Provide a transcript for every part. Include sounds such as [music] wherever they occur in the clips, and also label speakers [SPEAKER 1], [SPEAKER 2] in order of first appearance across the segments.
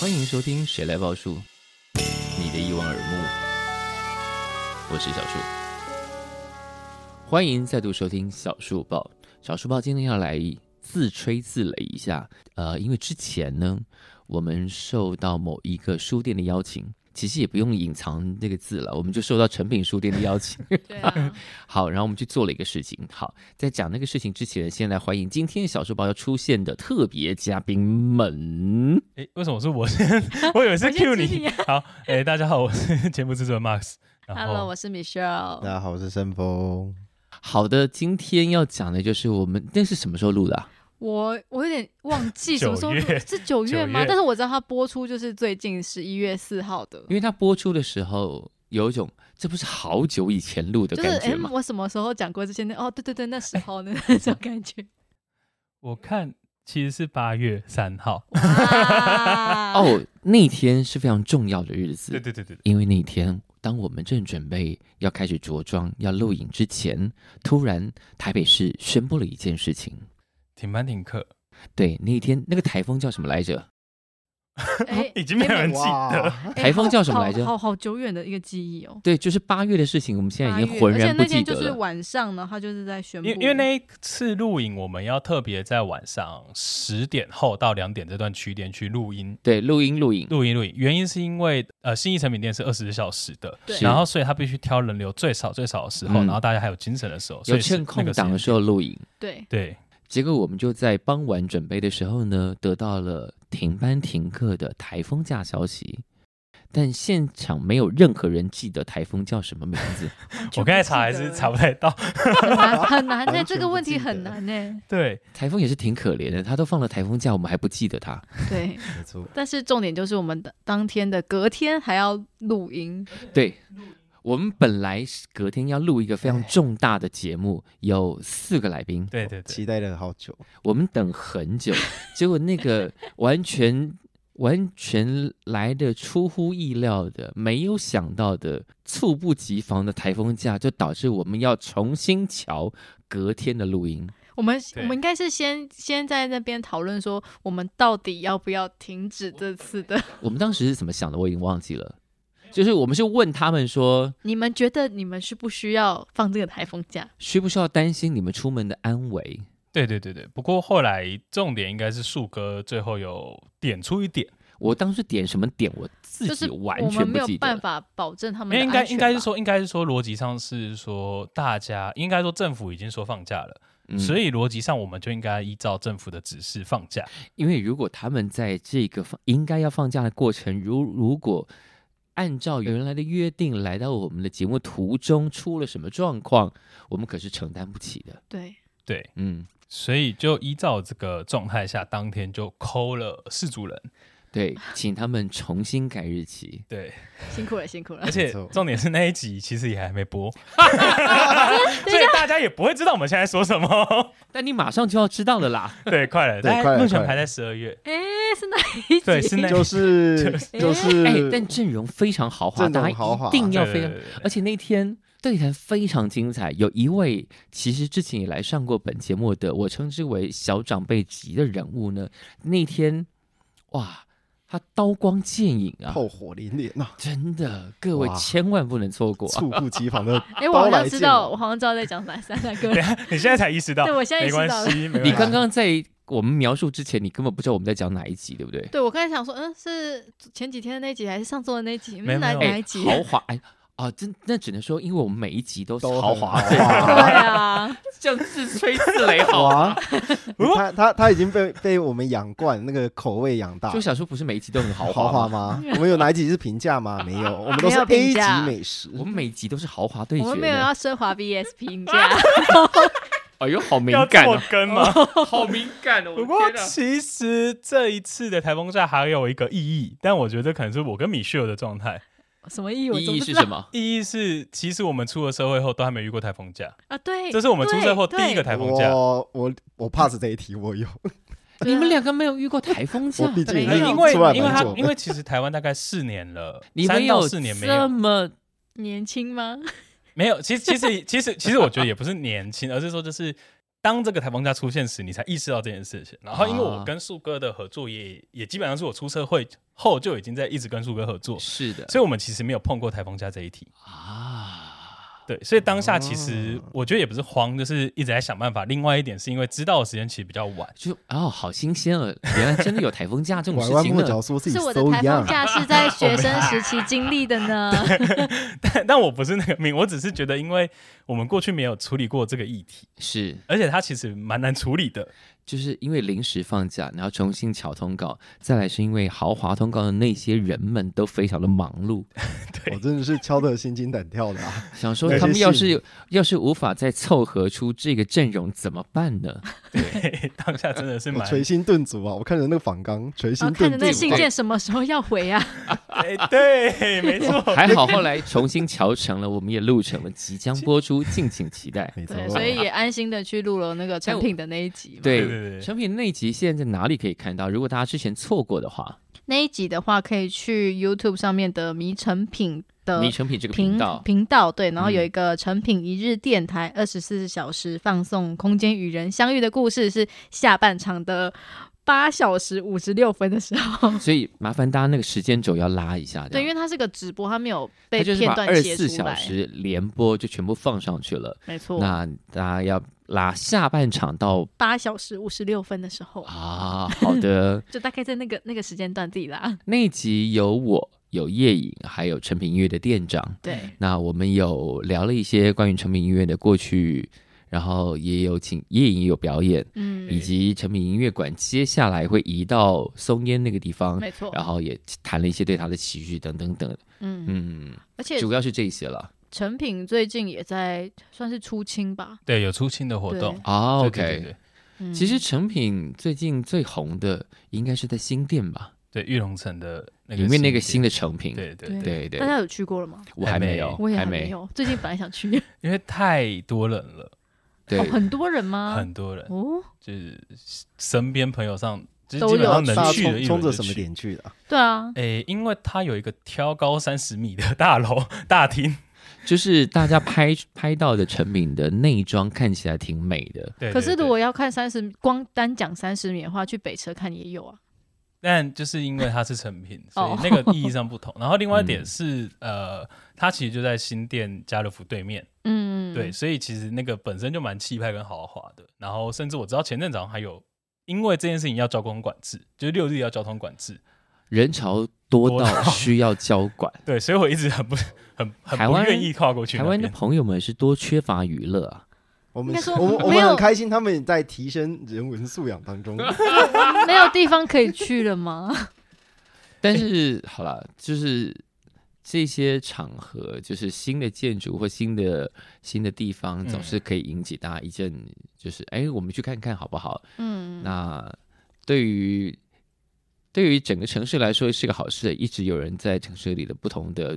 [SPEAKER 1] 欢迎收听《谁来报数》，你的一望而目，我是小树。欢迎再度收听小树报。小树报今天要来自吹自擂一下，呃，因为之前呢，我们受到某一个书店的邀请，其实也不用隐藏这个字了，我们就受到诚品书店的邀请。 [laughs]
[SPEAKER 2] 对啊，
[SPEAKER 1] 好，然后我们去做了一个事情。好，在讲那个事情之前，先来欢迎今天小书包要出现的特别嘉宾们。
[SPEAKER 3] 诶，为什么是我先？ [laughs] 我以为是
[SPEAKER 2] 我
[SPEAKER 3] Q
[SPEAKER 2] 先
[SPEAKER 3] 你。
[SPEAKER 2] 激你啊
[SPEAKER 3] 好，诶，大家好，我是 [laughs] 节目制作人 Max。然
[SPEAKER 2] Hello，
[SPEAKER 3] 后
[SPEAKER 2] 我是 Michelle，
[SPEAKER 4] 大家好，我是申峰。
[SPEAKER 1] 好的，今天要讲的就是我们那是什么时候录的、啊？
[SPEAKER 2] 我我有点忘
[SPEAKER 3] [laughs]
[SPEAKER 2] 记什么时候录
[SPEAKER 3] 九月
[SPEAKER 2] 是九月吗
[SPEAKER 3] 九月
[SPEAKER 2] 但是我知道它播出就是最近十一月四号的，
[SPEAKER 1] 因为它播出的时候有一种这不是好久以前录的
[SPEAKER 2] 就是
[SPEAKER 1] 感
[SPEAKER 2] 哎、
[SPEAKER 1] 觉
[SPEAKER 2] 诶
[SPEAKER 1] 吗？
[SPEAKER 2] 我什么时候讲过这些呢？哦，对对对，那时候呢，那种感觉。
[SPEAKER 3] 我看其实是八月三号。
[SPEAKER 2] 嗯哇，
[SPEAKER 1] 哦，那天是非常重要的日子，
[SPEAKER 3] 对对对对对，
[SPEAKER 1] 因为那天当我们正准备要开始着装要录影之前，突然台北市宣布了一件事情。
[SPEAKER 3] 停班停课，
[SPEAKER 1] 对，那一天那个台风叫什么来着？
[SPEAKER 2] 诶
[SPEAKER 3] 已经没有人记得。
[SPEAKER 4] 哇，
[SPEAKER 2] 诶
[SPEAKER 1] 台风
[SPEAKER 2] 好
[SPEAKER 1] 叫什么来着
[SPEAKER 2] 好好好久远的一个记忆哦。
[SPEAKER 1] 对，就是八月的事情，我们现在已
[SPEAKER 2] 八
[SPEAKER 1] 经
[SPEAKER 2] 月
[SPEAKER 1] 浑然不
[SPEAKER 2] 而且那
[SPEAKER 1] 记
[SPEAKER 2] 天
[SPEAKER 1] 得
[SPEAKER 2] 就是
[SPEAKER 1] 了。
[SPEAKER 2] 晚上呢，他就是在宣布，
[SPEAKER 3] 因为因为那一次录影，我们要特别在晚上十点后到两点这段区间去录音。
[SPEAKER 1] 对，录音录
[SPEAKER 2] 哦
[SPEAKER 1] 影，
[SPEAKER 3] 录音录影，原因是因为呃，新一成品店是二十四小时的，
[SPEAKER 2] 对
[SPEAKER 1] 是
[SPEAKER 3] 然后所以他必须挑人流最少最少的时候，
[SPEAKER 1] 嗯
[SPEAKER 3] 然后大家还有精神的时候，所
[SPEAKER 1] 有
[SPEAKER 3] 以是
[SPEAKER 1] 趁
[SPEAKER 3] 那
[SPEAKER 1] 空
[SPEAKER 3] 个
[SPEAKER 1] 档的时
[SPEAKER 3] 间
[SPEAKER 1] 候录影。
[SPEAKER 2] 对
[SPEAKER 3] 对，
[SPEAKER 1] 结果我们就在傍晚准备的时候呢，得到了停班停课的台风假消息，但现场没有任何人记得台风叫什么名字。 [laughs]
[SPEAKER 2] 啊
[SPEAKER 3] 我刚才查还是查不太到。
[SPEAKER 2] 很难很难哎、
[SPEAKER 4] 完全
[SPEAKER 2] 这个问题
[SPEAKER 4] 不记得
[SPEAKER 2] 很难哎、
[SPEAKER 3] 对，
[SPEAKER 1] 台风也是挺可怜的，他都放了台风假，我们还不记得他。
[SPEAKER 2] 对。
[SPEAKER 4] 没错，
[SPEAKER 2] 但是重点就是我们的当天的隔天还要录音，
[SPEAKER 1] 对。我们本来是隔天要录一个非常重大的节目，有四个来宾，
[SPEAKER 3] 对对对，
[SPEAKER 4] 期待了好久。
[SPEAKER 1] 我们等很
[SPEAKER 2] [laughs]
[SPEAKER 1] 久，结果那个完全完全来的出乎意料的、没有想到的、猝不及防的台风假，就导致我们要重新瞧隔天的录音。
[SPEAKER 2] 我们我
[SPEAKER 3] 对
[SPEAKER 2] 们应该是先先在那边讨论说，我们到底要不要停止这次的？
[SPEAKER 1] 我们当时是怎么想的，我已经忘记了。就是我们是问他们说，
[SPEAKER 2] 你们觉得你们需不需要放这个台风假？
[SPEAKER 1] 需不需要担心你们出门的安危？
[SPEAKER 3] 对对对对，不过后来重点应该是树哥最后有点出一点，
[SPEAKER 1] 我当时点什么点，我自
[SPEAKER 2] 就是
[SPEAKER 1] 己完
[SPEAKER 2] 我
[SPEAKER 1] 全
[SPEAKER 2] 们没
[SPEAKER 1] 不
[SPEAKER 2] 有
[SPEAKER 1] 记
[SPEAKER 2] 办
[SPEAKER 1] 得。
[SPEAKER 2] 法保证他
[SPEAKER 3] 因
[SPEAKER 2] 们
[SPEAKER 3] 为
[SPEAKER 2] 的
[SPEAKER 3] 应该
[SPEAKER 2] 嗯安全
[SPEAKER 3] 应该是
[SPEAKER 2] 吧，
[SPEAKER 3] 说应该是说逻辑上是说大家应该说政府已经说放假了，
[SPEAKER 1] 嗯
[SPEAKER 3] 所以逻辑上我们就应该依照政府的指示放假。
[SPEAKER 1] 因为如果他们在这个放应该要放假的过程，如如果按照原来的约定来到我们的节目途中出了什么状况，我们可是承担不起的。
[SPEAKER 2] 对，
[SPEAKER 3] 对，
[SPEAKER 1] 嗯，
[SPEAKER 3] 所以就依照这个状态下，当天就抠了四组人。
[SPEAKER 1] 对，请他们重新改日期。
[SPEAKER 3] 对，
[SPEAKER 2] 辛苦了辛苦了
[SPEAKER 3] 而。且
[SPEAKER 4] 没错
[SPEAKER 3] 重点是那一集其实也还没播，
[SPEAKER 2] [laughs]
[SPEAKER 3] 所以大家也不会知道我们现在说什么。 [laughs]
[SPEAKER 1] 但你马上就要知道了啦，
[SPEAKER 3] 对，快了，
[SPEAKER 4] 对
[SPEAKER 3] 大
[SPEAKER 4] 快
[SPEAKER 3] 家
[SPEAKER 4] 了
[SPEAKER 3] 目前
[SPEAKER 4] 快了
[SPEAKER 3] 排在十二月。
[SPEAKER 2] [laughs] 哎，是哪一集？
[SPEAKER 3] 呃对，是那
[SPEAKER 4] 就
[SPEAKER 3] 对
[SPEAKER 4] [laughs] 是就
[SPEAKER 1] 哎、
[SPEAKER 4] 是，
[SPEAKER 1] 但阵容非常豪华，
[SPEAKER 4] 呃阵容
[SPEAKER 1] 大家
[SPEAKER 4] 豪华
[SPEAKER 1] 一定要
[SPEAKER 3] 对
[SPEAKER 1] 非
[SPEAKER 3] 对
[SPEAKER 1] 常，
[SPEAKER 3] 对
[SPEAKER 1] 而且那天对谈非常精彩，有一位其实之前也来上过本节目的，我称之为小长辈级的人物呢。那天，哇，他刀光剑影啊，
[SPEAKER 4] 炮火连连呐，
[SPEAKER 1] 真的，各位
[SPEAKER 4] 哇
[SPEAKER 1] 千万不能错过、啊。
[SPEAKER 4] 猝不及防的
[SPEAKER 2] [laughs] 哎，我
[SPEAKER 4] 刀
[SPEAKER 2] 好
[SPEAKER 4] 来
[SPEAKER 2] 像知
[SPEAKER 4] 剑
[SPEAKER 2] 道，
[SPEAKER 4] 舞
[SPEAKER 2] 我。好像知道在讲哪三大个
[SPEAKER 3] [laughs] 等一。下你现在才意识到，
[SPEAKER 2] 对我现在意
[SPEAKER 3] 没
[SPEAKER 2] 识到
[SPEAKER 3] 关
[SPEAKER 2] 了
[SPEAKER 3] 系，没关系。
[SPEAKER 1] 你刚刚在我们描述之前，你根本不知道我们在讲哪一集，对不
[SPEAKER 4] [laughs]
[SPEAKER 1] 对？
[SPEAKER 2] 对，我刚才想说，嗯，是前几天的那集还是上周的那集？嗯
[SPEAKER 3] 没有
[SPEAKER 2] 哪
[SPEAKER 3] 没有
[SPEAKER 2] 哪一集？ [laughs]
[SPEAKER 1] 豪华哎。啊，真那只能说，因为我们每一集都是
[SPEAKER 4] 都很
[SPEAKER 1] 豪华，
[SPEAKER 4] 豪华
[SPEAKER 1] 对
[SPEAKER 2] 对啊，
[SPEAKER 1] [laughs] 这样自吹自
[SPEAKER 4] [laughs]
[SPEAKER 1] 擂好啊。
[SPEAKER 4] 哇！他他他已经被被我们养惯，那个口味养大
[SPEAKER 1] 就。小说不是每一集都很豪
[SPEAKER 4] 豪
[SPEAKER 1] 华
[SPEAKER 4] 华
[SPEAKER 1] 吗？
[SPEAKER 4] 吗？我们有哪一集是平价吗？没有，我们都
[SPEAKER 2] 没有
[SPEAKER 4] 是 A
[SPEAKER 2] 评
[SPEAKER 4] 级
[SPEAKER 2] 价
[SPEAKER 4] 美食。
[SPEAKER 1] 我们每一集都是豪华对决
[SPEAKER 2] 我
[SPEAKER 1] 呢。
[SPEAKER 2] 们没有要升华 VS 评价。
[SPEAKER 1] 哎呦，好敏
[SPEAKER 3] 要
[SPEAKER 1] 感
[SPEAKER 3] 做
[SPEAKER 1] 哦，
[SPEAKER 3] 根吗？
[SPEAKER 1] [laughs] 好敏感哦！我
[SPEAKER 3] 不
[SPEAKER 1] 的
[SPEAKER 3] 过
[SPEAKER 1] 天哪
[SPEAKER 3] 其实这一次的台风假还有一个意义，但我觉得可能是我跟米秀的状态。
[SPEAKER 2] [laughs] 什么意义？我
[SPEAKER 1] 意
[SPEAKER 2] 怎
[SPEAKER 1] 义
[SPEAKER 2] 么
[SPEAKER 1] 是
[SPEAKER 2] 知道
[SPEAKER 1] 什 [laughs] 么？
[SPEAKER 3] 意义是，其实我们出了社会后都还没遇过台风假，
[SPEAKER 2] 啊？对，
[SPEAKER 3] 这是我们出社会
[SPEAKER 2] 对
[SPEAKER 3] 后第一
[SPEAKER 2] 对
[SPEAKER 3] 个台风假。
[SPEAKER 4] 我我我 pass 这一题，我有。
[SPEAKER 1] 你们两个没有遇过台风假
[SPEAKER 4] 我？毕竟
[SPEAKER 2] 没
[SPEAKER 4] 已
[SPEAKER 2] 有
[SPEAKER 4] 经
[SPEAKER 3] 因为
[SPEAKER 4] 出来
[SPEAKER 3] 因为
[SPEAKER 4] 蛮
[SPEAKER 3] 他
[SPEAKER 4] 久
[SPEAKER 3] 因
[SPEAKER 4] 的，
[SPEAKER 3] 为其实台湾大概四年了，
[SPEAKER 1] 你
[SPEAKER 3] 三
[SPEAKER 1] 们
[SPEAKER 3] 到
[SPEAKER 1] 有
[SPEAKER 3] 四年没
[SPEAKER 1] 这
[SPEAKER 3] 有
[SPEAKER 1] 么
[SPEAKER 2] 年轻吗？
[SPEAKER 3] 没有，其实其实其实其实我觉得也不是年轻，而是说就是当这个台风假出现时，你才意识到这件事情。然后因为我
[SPEAKER 1] 啊
[SPEAKER 3] 跟树哥的合作也也基本上是我出社会后就已经在一直跟树哥合作，
[SPEAKER 1] 是的
[SPEAKER 3] 所以我们其实没有碰过台风假这一题。
[SPEAKER 1] 啊，
[SPEAKER 3] 对，所以当下其实
[SPEAKER 4] 哦
[SPEAKER 3] 我觉得也不是慌，就是一直在想办法。另外一点是因为知道的时间其实比较晚， [laughs]
[SPEAKER 1] 就哦，好新鲜哦！原来真的有台风假这种 [laughs]
[SPEAKER 4] 拐
[SPEAKER 1] 事
[SPEAKER 4] 弯
[SPEAKER 1] 情
[SPEAKER 4] 抹
[SPEAKER 1] 呢。
[SPEAKER 4] 角说自己
[SPEAKER 2] 是我的
[SPEAKER 4] so
[SPEAKER 2] 台风
[SPEAKER 4] young，
[SPEAKER 2] 假是在学生时期经历的呢。哦
[SPEAKER 3] 但但我不是那个命，我只是觉得因为我们过去没有处理过这个议题，
[SPEAKER 1] 是，
[SPEAKER 3] 而且它其实蛮难处理的。
[SPEAKER 1] 就是因为临时放假，然后重新巧通告，再来是因为豪华通告的那些人们都非常的忙 [laughs] 碌，
[SPEAKER 3] 对
[SPEAKER 4] 我真的是敲得心惊胆跳的啊！
[SPEAKER 1] [laughs] 想说
[SPEAKER 4] 那
[SPEAKER 1] 他们
[SPEAKER 4] 些
[SPEAKER 1] 要
[SPEAKER 4] 信
[SPEAKER 1] 是要是无法再凑合出这个阵容怎么办 [laughs] 呢？
[SPEAKER 3] 对，当下真的是
[SPEAKER 4] 我
[SPEAKER 3] 蛮
[SPEAKER 4] 捶心顿足啊！我看着那个仿纲，捶心
[SPEAKER 2] 然后哦看
[SPEAKER 4] 顿
[SPEAKER 2] 着
[SPEAKER 4] 足
[SPEAKER 2] 那
[SPEAKER 4] 啊。
[SPEAKER 2] 信件什么时候要回啊？
[SPEAKER 3] 哎，对，没错。
[SPEAKER 1] 还好后来重新调成了，我们也录成了，即将播出，敬请期待。
[SPEAKER 4] 没错
[SPEAKER 2] 对，，所以也安心的去录了那个成品的那一集嘛。
[SPEAKER 3] 对对对
[SPEAKER 1] 成品那一集现在在哪里可以看到？如果大家之前错过的话，
[SPEAKER 2] 那一集的话，可以去 YouTube 上面的迷成品的
[SPEAKER 1] 迷成品这个频
[SPEAKER 2] 频
[SPEAKER 1] 道
[SPEAKER 2] 频道对，然后
[SPEAKER 1] 嗯
[SPEAKER 2] 有一个成品一日电台，二十四小时放送空间与人相遇的故事是下半场的八小时五十六分的时
[SPEAKER 1] [laughs]
[SPEAKER 2] 候，
[SPEAKER 1] 所以麻烦大家那个时间轴要拉一下。这样
[SPEAKER 2] 对，因为它是个直播，它没有被
[SPEAKER 1] 它就是
[SPEAKER 2] 片
[SPEAKER 1] 把
[SPEAKER 2] 段
[SPEAKER 1] 二十
[SPEAKER 2] 截
[SPEAKER 1] 四
[SPEAKER 2] 出
[SPEAKER 1] 小
[SPEAKER 2] 来，
[SPEAKER 1] 时连播就全部放上去了。
[SPEAKER 2] 没错，
[SPEAKER 1] 那大家要拉下半场
[SPEAKER 2] [laughs]
[SPEAKER 1] 到
[SPEAKER 2] 八小时五十六分的时候，
[SPEAKER 1] 啊，好
[SPEAKER 2] [laughs]
[SPEAKER 1] 的
[SPEAKER 2] 就大概在那个那个时间段自
[SPEAKER 1] [laughs]
[SPEAKER 2] 己啦。
[SPEAKER 1] 那一集有我有叶颖，还有成品音乐的店长。
[SPEAKER 2] 对，
[SPEAKER 1] 那我们有聊了一些关于成品音乐的过去，然后也有请叶颖有表演，以
[SPEAKER 2] 嗯，
[SPEAKER 1] 及成品音乐馆接下来会移到松烟那个地方，
[SPEAKER 2] 没
[SPEAKER 1] 嗯
[SPEAKER 2] 错，
[SPEAKER 1] 然后也谈了一些对他的期许等等等。
[SPEAKER 2] 嗯，
[SPEAKER 1] 嗯，
[SPEAKER 2] 而且
[SPEAKER 1] 主要是这些了。
[SPEAKER 2] 成品最近也在算是出清吧。
[SPEAKER 3] 对，有出清的活动。
[SPEAKER 1] 哦
[SPEAKER 3] 对
[SPEAKER 1] OK，
[SPEAKER 3] 对对对
[SPEAKER 2] 嗯
[SPEAKER 1] 其实成品最近最红的应该是在新店吧，
[SPEAKER 3] 对玉龙城的那个
[SPEAKER 1] 里面那个
[SPEAKER 3] 新
[SPEAKER 1] 新的成品。
[SPEAKER 3] 店，对对
[SPEAKER 2] 对
[SPEAKER 3] 对，
[SPEAKER 1] 对对
[SPEAKER 2] 大，家有去过了吗？
[SPEAKER 1] 哦我还没有，
[SPEAKER 2] 嗯我也还没
[SPEAKER 1] 没。
[SPEAKER 2] 有，最近本来想去，
[SPEAKER 3] 因为太多人了，
[SPEAKER 1] [laughs]
[SPEAKER 2] [laughs]
[SPEAKER 1] 对
[SPEAKER 2] 哦，，很多人吗？
[SPEAKER 3] 很多人
[SPEAKER 2] 哦，
[SPEAKER 3] 就是身边朋友上，就是
[SPEAKER 2] 都
[SPEAKER 3] 基本
[SPEAKER 2] 有
[SPEAKER 3] 上
[SPEAKER 4] 大家
[SPEAKER 3] 能去的
[SPEAKER 4] 冲
[SPEAKER 3] 一
[SPEAKER 4] 冲
[SPEAKER 3] 轮
[SPEAKER 4] 着
[SPEAKER 3] 就
[SPEAKER 4] 什么
[SPEAKER 3] 去。
[SPEAKER 4] 点去的啊？
[SPEAKER 2] 对啊，
[SPEAKER 3] 诶，因为它有一个挑高三十米的大楼大厅，
[SPEAKER 1] 就是大家拍拍到的成品的内装看起来挺美的，
[SPEAKER 3] 对。
[SPEAKER 2] 可是
[SPEAKER 3] 对对
[SPEAKER 2] 如果要看三十，光单讲三十米的话，去北车看也有啊。
[SPEAKER 3] 但就是因为它是成品，所
[SPEAKER 2] 哦
[SPEAKER 3] 以那个意义上不同。然后另外一
[SPEAKER 1] 嗯
[SPEAKER 3] 点是，呃，它其实就在新店家乐福对面，
[SPEAKER 2] 嗯，
[SPEAKER 3] 对，所以其实那个本身就蛮气派跟豪华的。然后甚至我知道前阵子好像还有，因为这件事情要交通管制，就是六日要交通管制，
[SPEAKER 1] 人潮多
[SPEAKER 3] 多
[SPEAKER 1] 到
[SPEAKER 3] 到
[SPEAKER 1] 需要交管。
[SPEAKER 3] 对，所以我一直很不很很
[SPEAKER 1] 台
[SPEAKER 3] 不
[SPEAKER 1] 湾
[SPEAKER 3] 愿意跨 [laughs] 过去
[SPEAKER 1] 台
[SPEAKER 3] 那
[SPEAKER 1] 湾的
[SPEAKER 3] 边。
[SPEAKER 1] 朋友们是多缺乏娱乐啊！
[SPEAKER 4] 我们
[SPEAKER 2] 应该说
[SPEAKER 4] 我们我
[SPEAKER 2] 没
[SPEAKER 4] 们
[SPEAKER 2] 有
[SPEAKER 4] 很开心，他们也在提升人文素养
[SPEAKER 1] [laughs]
[SPEAKER 4] 当中。
[SPEAKER 2] 没有地方可以去了吗？
[SPEAKER 1] 但是好啦，就是这些场合，就是新的建筑或新的新的地方，
[SPEAKER 3] 嗯
[SPEAKER 1] 总是可以引起大家一阵就是，哎、我们去看看好不好？
[SPEAKER 2] 嗯，
[SPEAKER 1] 那对于对于整个城市来说是个好事，一直有人在城市里的不同的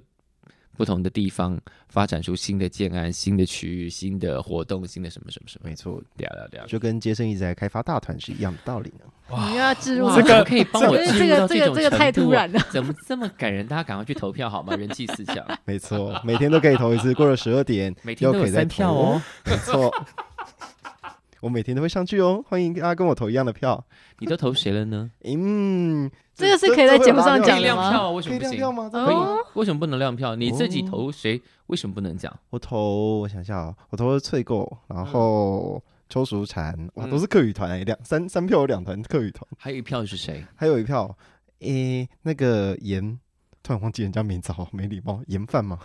[SPEAKER 1] 不同的地方发展出新的建案、新的区域、新的活动、新的什么什么什么。
[SPEAKER 4] 没错，
[SPEAKER 1] 聊聊聊，
[SPEAKER 4] 就跟杰森一直在开发大团是一样的道理呢。
[SPEAKER 2] 你又要置入
[SPEAKER 1] 哇
[SPEAKER 2] 这
[SPEAKER 1] 怎么
[SPEAKER 2] 个，
[SPEAKER 1] 可以帮我
[SPEAKER 2] 这个
[SPEAKER 1] 进入到
[SPEAKER 2] 这个
[SPEAKER 1] 种
[SPEAKER 2] 这个太
[SPEAKER 1] 程度
[SPEAKER 2] 突
[SPEAKER 1] 啊
[SPEAKER 2] 然了，
[SPEAKER 1] 怎么这么感人？大家赶快去投票好吗？人气四强，
[SPEAKER 4] 没错， [laughs] 每天都可以投一次，过了十二点
[SPEAKER 1] 每天
[SPEAKER 4] 又
[SPEAKER 1] 都
[SPEAKER 4] 可
[SPEAKER 1] 有
[SPEAKER 4] 以再
[SPEAKER 1] 三
[SPEAKER 4] 投
[SPEAKER 1] 票哦。。
[SPEAKER 4] 没错，我每天都会上去哦，欢迎大家跟我投一样的票。
[SPEAKER 1] 你都投谁了呢？
[SPEAKER 4] 嗯，
[SPEAKER 2] 这个是可以在节目上
[SPEAKER 4] 这
[SPEAKER 2] 讲
[SPEAKER 4] 这
[SPEAKER 2] 的
[SPEAKER 1] 亮
[SPEAKER 2] 吗？
[SPEAKER 1] 票为什么
[SPEAKER 4] 可以
[SPEAKER 1] 不
[SPEAKER 4] 亮
[SPEAKER 1] 行？
[SPEAKER 4] 票吗？
[SPEAKER 2] 哦
[SPEAKER 1] 可以，为什么不能亮票？你自己
[SPEAKER 4] 哦
[SPEAKER 1] 投谁？为什么不能讲？
[SPEAKER 4] 我投，我想一下哦，我投了翠购，
[SPEAKER 1] 嗯
[SPEAKER 4] 然后邱淑婵，哇，都是客语团哎，两三三票有两团客语团，
[SPEAKER 1] 还有一票是谁？
[SPEAKER 4] 还有一票诶，那个严，突然忘记人家名字，好没礼貌，严范吗？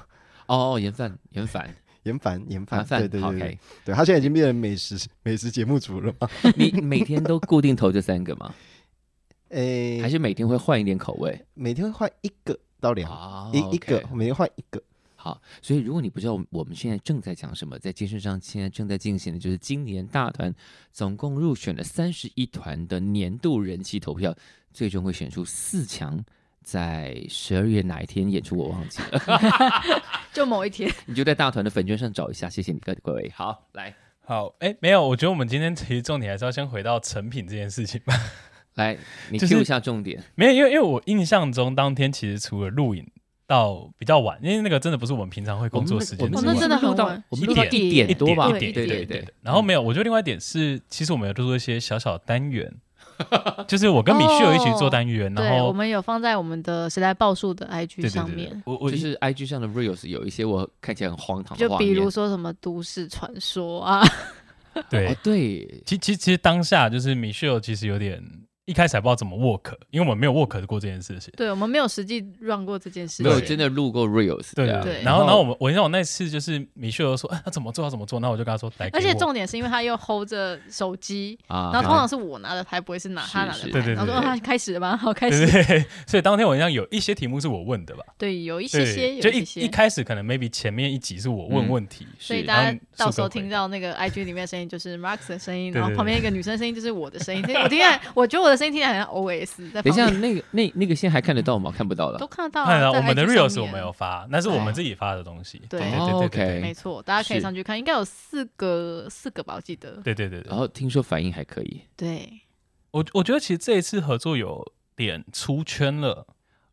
[SPEAKER 1] 哦，严范，严凡，
[SPEAKER 4] 严凡，严
[SPEAKER 1] 凡凡
[SPEAKER 4] 范，对对对对
[SPEAKER 1] 啊，OK。，
[SPEAKER 4] 对他现在已经变成美食美食节目主了嘛？
[SPEAKER 1] 你每天都固定投这三个吗？
[SPEAKER 4] 诶，
[SPEAKER 1] 还是每天会换一点口味？
[SPEAKER 4] 每天会换一个到两个
[SPEAKER 1] 啊
[SPEAKER 4] 一一个
[SPEAKER 1] OK，
[SPEAKER 4] 每天换一个。
[SPEAKER 1] 好，所以如果你不知道我们我们现在正在讲什么，在电视上现在正在进行的就是今年大团总共入选了三十一团的年度人气投票，最终会选出四强。在十二月哪一天演出我忘记了，
[SPEAKER 2] 就某一天，
[SPEAKER 1] 你就在大团的粉圈上找一下，谢谢你各各位。好，来，
[SPEAKER 3] 好，哎，没有，我觉得我们今天其实重点还是要先回到成品这件事情吧。 [laughs]
[SPEAKER 1] 来，你
[SPEAKER 3] 就是
[SPEAKER 1] Q 一下重点。
[SPEAKER 3] 没有，因为因为我印象中当天其实除了录影到比较晚，因为那个真的不是我们平常会工作时
[SPEAKER 1] 我
[SPEAKER 3] 间
[SPEAKER 1] 们
[SPEAKER 2] 哦
[SPEAKER 3] 之外，
[SPEAKER 2] 那真的
[SPEAKER 1] 录
[SPEAKER 2] 很
[SPEAKER 1] 到
[SPEAKER 2] 晚
[SPEAKER 1] 我们录到
[SPEAKER 3] 一
[SPEAKER 2] 点
[SPEAKER 1] 一点
[SPEAKER 3] 一
[SPEAKER 1] 多吧？
[SPEAKER 2] 对
[SPEAKER 1] 对
[SPEAKER 2] 一
[SPEAKER 1] 对
[SPEAKER 2] 点
[SPEAKER 1] 对
[SPEAKER 2] 对
[SPEAKER 1] 对。
[SPEAKER 3] 然后没有，我觉得另外一点是，其实我们有做一些小小的单元，就是我跟米
[SPEAKER 1] 哦
[SPEAKER 3] 旭有一起做
[SPEAKER 1] [laughs]
[SPEAKER 3] 单元，然
[SPEAKER 2] 对，我
[SPEAKER 3] 后
[SPEAKER 2] 们有放在我们的谁来报数的 IG
[SPEAKER 3] 对对
[SPEAKER 2] 上
[SPEAKER 3] 对对
[SPEAKER 2] 面，，
[SPEAKER 3] 我我
[SPEAKER 1] 就是 IG 上的 reels 有一些我看起来很荒唐的
[SPEAKER 2] 就
[SPEAKER 1] 画
[SPEAKER 2] 比
[SPEAKER 1] 面，
[SPEAKER 2] 如说什么都市传说啊，
[SPEAKER 3] 对
[SPEAKER 1] 哦，对，
[SPEAKER 3] 其其其实当下就是米秀其实有点一开始还不知道怎么 work，因为我们没有 work 过这件事情。
[SPEAKER 2] 对我们没有实际让过这件事情，
[SPEAKER 1] 没有真的录过 reels 啊
[SPEAKER 3] 对啊
[SPEAKER 1] 这样。
[SPEAKER 2] 对
[SPEAKER 3] 然后然后我们我印象我那次就是米秀说，哎，他怎么做？他怎么做？那我就跟他说，来给
[SPEAKER 2] 而且
[SPEAKER 3] 我
[SPEAKER 2] 重点是因为他又 hold 着手机，
[SPEAKER 1] 啊，
[SPEAKER 2] 然后通常是我拿的牌，不会是拿
[SPEAKER 1] 是
[SPEAKER 2] 他拿
[SPEAKER 1] 是
[SPEAKER 2] 的
[SPEAKER 3] 对
[SPEAKER 2] 牌。
[SPEAKER 3] 对对
[SPEAKER 2] 然后说哦
[SPEAKER 3] 对
[SPEAKER 2] 他开始了吗？好，开
[SPEAKER 3] 对
[SPEAKER 2] 始。
[SPEAKER 3] 对对，所以当天我印象有一些题目是我问的吧，
[SPEAKER 2] 对，有一
[SPEAKER 3] 对
[SPEAKER 2] 些些，
[SPEAKER 3] 就
[SPEAKER 2] 有
[SPEAKER 3] 一
[SPEAKER 2] 些哦
[SPEAKER 3] 一，开始可能 maybe 前面一集是我问
[SPEAKER 1] 嗯
[SPEAKER 3] 问题，
[SPEAKER 2] 所以
[SPEAKER 1] 是
[SPEAKER 2] 大
[SPEAKER 3] 然
[SPEAKER 2] 家
[SPEAKER 3] 后
[SPEAKER 2] 到时候
[SPEAKER 3] 速度
[SPEAKER 2] 听到那个 IG 里面的声音就是 Max 的声音，
[SPEAKER 3] 对对
[SPEAKER 2] 然后旁边一个女生声音就是我的声音。所以我听起来，我觉得我的声音听起来很像 OS 在
[SPEAKER 1] 等一
[SPEAKER 2] 旁
[SPEAKER 1] 下
[SPEAKER 2] 边。，
[SPEAKER 1] 那个那那个现在还看得到吗？看不到
[SPEAKER 2] 都
[SPEAKER 1] 了。
[SPEAKER 2] 看得到啊，
[SPEAKER 3] 看到
[SPEAKER 2] 在
[SPEAKER 3] 我们的
[SPEAKER 2] IG 上
[SPEAKER 3] reels 我
[SPEAKER 2] 面
[SPEAKER 3] 们有发，那是我们自己发的东西。
[SPEAKER 2] 对
[SPEAKER 3] 对
[SPEAKER 1] 哦
[SPEAKER 3] 对对对
[SPEAKER 1] OK
[SPEAKER 2] 没错，大家可以
[SPEAKER 1] 是
[SPEAKER 2] 上去看，应该有四个四个吧，我记得。
[SPEAKER 3] 对对对对
[SPEAKER 1] 然。后听说反应还可以
[SPEAKER 2] 对，
[SPEAKER 3] 我我觉得其实这一次合作有点出圈了，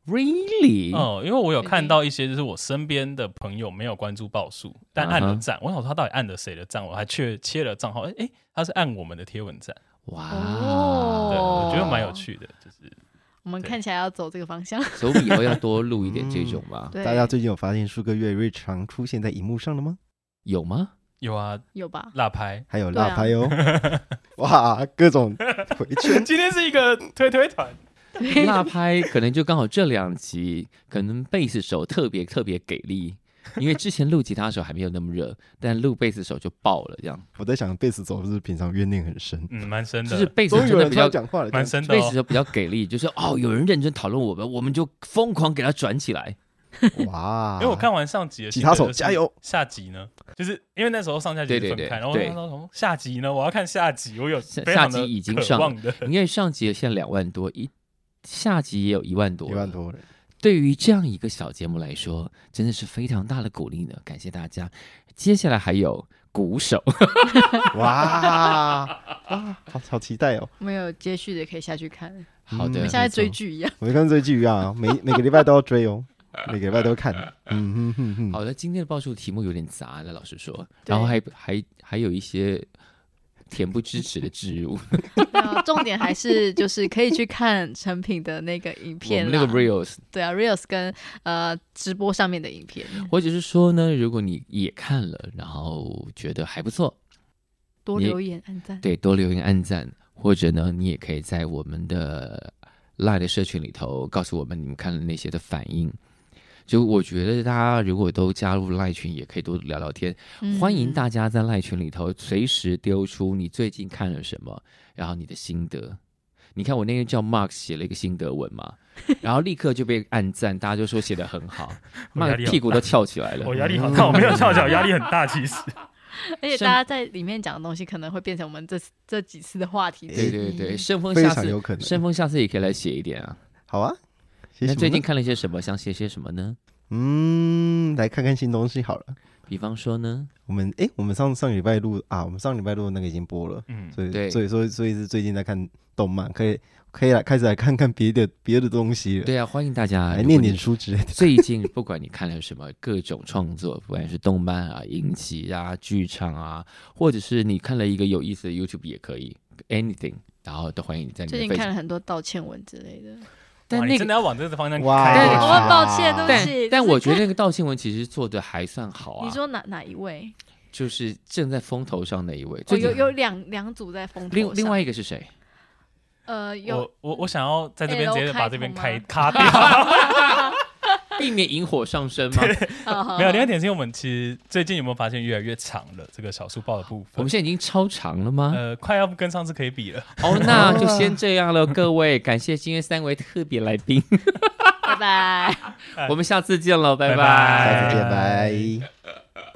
[SPEAKER 1] ，really？
[SPEAKER 3] 嗯，因为我有
[SPEAKER 2] 对
[SPEAKER 3] 看到一些就是我身边的朋友没有关注报数，但按
[SPEAKER 1] 嗯
[SPEAKER 3] 了
[SPEAKER 1] 哼
[SPEAKER 3] 赞。我想说他到底按了谁的赞？我还确切了账号，哎、诶他是按我们的贴文赞，
[SPEAKER 1] 哇，
[SPEAKER 2] 哦
[SPEAKER 3] 对，我觉得蛮有
[SPEAKER 2] 哦
[SPEAKER 3] 趣的，就是
[SPEAKER 2] 我们
[SPEAKER 3] 对
[SPEAKER 2] 看起来要走这个方向。
[SPEAKER 1] 手以后要多录一点这种吧？
[SPEAKER 2] 哦对，
[SPEAKER 4] 大家最近有发现树哥越来越常出现在荧幕上了吗？
[SPEAKER 1] 有吗？
[SPEAKER 3] 有啊，
[SPEAKER 1] [laughs]
[SPEAKER 2] 有吧？
[SPEAKER 3] 辣拍。。
[SPEAKER 4] 还有
[SPEAKER 2] 对啊
[SPEAKER 4] 辣拍
[SPEAKER 2] [laughs]
[SPEAKER 4] 哦，哇，各种回圈
[SPEAKER 3] 今天是一个推推团，
[SPEAKER 1] 辣拍可能就刚好这两集，可能贝斯手特别特别给力，因为之前录吉他手还没有那么热，但录贝斯手就爆了，这样
[SPEAKER 4] 我在想，贝斯手是不是平常怨念很深？
[SPEAKER 3] 嗯，蛮深的，
[SPEAKER 1] 就是贝斯
[SPEAKER 4] 终于
[SPEAKER 1] 真
[SPEAKER 4] 有
[SPEAKER 1] 的
[SPEAKER 4] 人
[SPEAKER 1] 比
[SPEAKER 4] 出来
[SPEAKER 1] 较。
[SPEAKER 4] 讲话了，
[SPEAKER 3] 蛮深的、
[SPEAKER 1] 贝斯
[SPEAKER 3] 哦。
[SPEAKER 1] 手比较给力，就是哦，有人认真讨论我们，我们就疯狂给他转起来。
[SPEAKER 3] [laughs]
[SPEAKER 4] 哇！
[SPEAKER 3] 因为我看完上集的
[SPEAKER 4] 吉
[SPEAKER 3] 心得
[SPEAKER 4] 他手
[SPEAKER 3] 就是
[SPEAKER 4] 加油，
[SPEAKER 3] 下集呢，就是因为那时候上下集
[SPEAKER 1] 对
[SPEAKER 3] 是
[SPEAKER 1] 对
[SPEAKER 3] 分
[SPEAKER 1] 对
[SPEAKER 3] 开，然后我
[SPEAKER 1] 对
[SPEAKER 3] 看到什么下集呢，我要看下集，我有
[SPEAKER 1] 下
[SPEAKER 3] 非常
[SPEAKER 1] 下集
[SPEAKER 3] 的
[SPEAKER 1] 已经
[SPEAKER 3] 渴
[SPEAKER 1] 上
[SPEAKER 3] 望的，
[SPEAKER 1] 因为上集现在两万多，一下集也有一万多，
[SPEAKER 4] 一万。多人，
[SPEAKER 1] 对于这样一个小节目来说，真的是非常大的鼓励呢，感谢大家。接下来还有鼓手，
[SPEAKER 4] 哇哇，好好期待哦！
[SPEAKER 2] [laughs] 我们有接续的可以下去看，
[SPEAKER 1] 好的
[SPEAKER 4] 嗯
[SPEAKER 2] 像在追剧一样。 [laughs]
[SPEAKER 4] 我就跟追剧一样啊，每每个礼拜都要追哦，每个礼拜都看。嗯哼哼哼，
[SPEAKER 1] 好的，今天的报数题目有点杂了，老实说，
[SPEAKER 2] 对
[SPEAKER 1] 然后还还还有一些恬不知耻的置入，
[SPEAKER 2] 对啊重点还是就是可以去看成品的那个影
[SPEAKER 1] 我
[SPEAKER 2] 片
[SPEAKER 1] 们
[SPEAKER 2] 啦，
[SPEAKER 1] 那个 reels，
[SPEAKER 2] 对啊，reels 跟呃直播上面的影片，
[SPEAKER 1] 或者是说呢，如果你也看了，然后觉得还不错，
[SPEAKER 2] 多
[SPEAKER 1] 你
[SPEAKER 2] 留言、按赞。
[SPEAKER 1] 对，多留言、按赞，或者呢，你也可以在我们的 Line 的社群里头告诉我们你们看了那些的反应。就我觉得大家如果都加入赖群，也可以多聊聊天。
[SPEAKER 2] 嗯
[SPEAKER 1] 欢迎大家在赖群里头随时丢出你最近看了什么，然后你的心得。你看我那天叫 Mark 写了一个心得文嘛，然后立刻就被按赞，大家就说写的很好
[SPEAKER 3] [laughs] 我压力
[SPEAKER 1] ，Mark
[SPEAKER 3] 好
[SPEAKER 1] 屁股
[SPEAKER 3] 大
[SPEAKER 1] 都翘起来了。
[SPEAKER 3] [laughs] 我压力好大，我没有翘脚，压力很大。其实
[SPEAKER 2] [laughs] 而且大家在里面讲的东西可能会变成我们这这几次的话题之
[SPEAKER 1] 嗯对
[SPEAKER 2] 一。
[SPEAKER 1] 对对，顺风
[SPEAKER 4] 非
[SPEAKER 1] 下
[SPEAKER 4] 常
[SPEAKER 1] 次
[SPEAKER 4] 有可能
[SPEAKER 1] 顺风下次也可以来写一点啊。
[SPEAKER 4] 好啊。写
[SPEAKER 1] 那
[SPEAKER 4] 什么
[SPEAKER 1] 最近
[SPEAKER 4] 呢
[SPEAKER 1] 看了些什么？想写些什么呢？
[SPEAKER 4] 嗯，来看看新东西好了。
[SPEAKER 1] 比方说呢？
[SPEAKER 4] 我们诶，我们上上礼拜录啊，我们上礼拜录的那个已经播了，
[SPEAKER 3] 嗯，
[SPEAKER 4] 所以
[SPEAKER 1] 对
[SPEAKER 4] 所以说所以是最近在看动漫，可以可以来开始来看看别的别的东西了，
[SPEAKER 1] 对啊，欢迎大家
[SPEAKER 4] 来念点
[SPEAKER 1] 你
[SPEAKER 4] 书之
[SPEAKER 1] [laughs]
[SPEAKER 4] 类的。
[SPEAKER 1] 最近不管你看了什么各种创作，不管是动漫啊、影集啊、剧场啊，或者是你看了一个有意思的 YouTube 也可以，anything，然后都欢迎你在你
[SPEAKER 2] 最
[SPEAKER 1] 的
[SPEAKER 2] 近
[SPEAKER 1] f
[SPEAKER 2] 看
[SPEAKER 1] a
[SPEAKER 2] 了很多道歉文之类的，
[SPEAKER 1] 但
[SPEAKER 3] 哇你
[SPEAKER 1] 那
[SPEAKER 3] 真
[SPEAKER 1] 个
[SPEAKER 3] 的要往这个方向
[SPEAKER 4] 哇
[SPEAKER 2] 啊
[SPEAKER 3] 开
[SPEAKER 1] 但
[SPEAKER 3] 过去
[SPEAKER 2] 我很抱歉，对不
[SPEAKER 1] [laughs] 但
[SPEAKER 2] 起。
[SPEAKER 1] 但
[SPEAKER 2] 就是
[SPEAKER 1] 我觉得那个道歉文其实做的还算好啊，
[SPEAKER 2] 你说哪哪一位？
[SPEAKER 1] 就是正在风头上那一位，
[SPEAKER 2] 哦，
[SPEAKER 1] 最近
[SPEAKER 2] 有有两两组在风头
[SPEAKER 1] 另
[SPEAKER 2] 上
[SPEAKER 1] 另外一个是谁？
[SPEAKER 2] 呃有
[SPEAKER 3] 我我我想要在这边
[SPEAKER 2] L
[SPEAKER 3] 直接把这边开卡掉。
[SPEAKER 1] 避免引火上身吗？
[SPEAKER 3] 没有，另外一
[SPEAKER 2] 点
[SPEAKER 3] 点是因为我们其实最近有没有发现越来越长了这个小书报的部
[SPEAKER 1] 我
[SPEAKER 3] 分
[SPEAKER 1] 们，现在已经超长了吗？
[SPEAKER 3] 呃，快要跟上次可以比了。
[SPEAKER 1] 哦，那就先这样了，各位，感谢今天三位特别来宾，
[SPEAKER 2] 拜拜。
[SPEAKER 1] 我们下次见了，拜
[SPEAKER 3] 拜拜
[SPEAKER 1] 哎
[SPEAKER 4] 下次见，拜。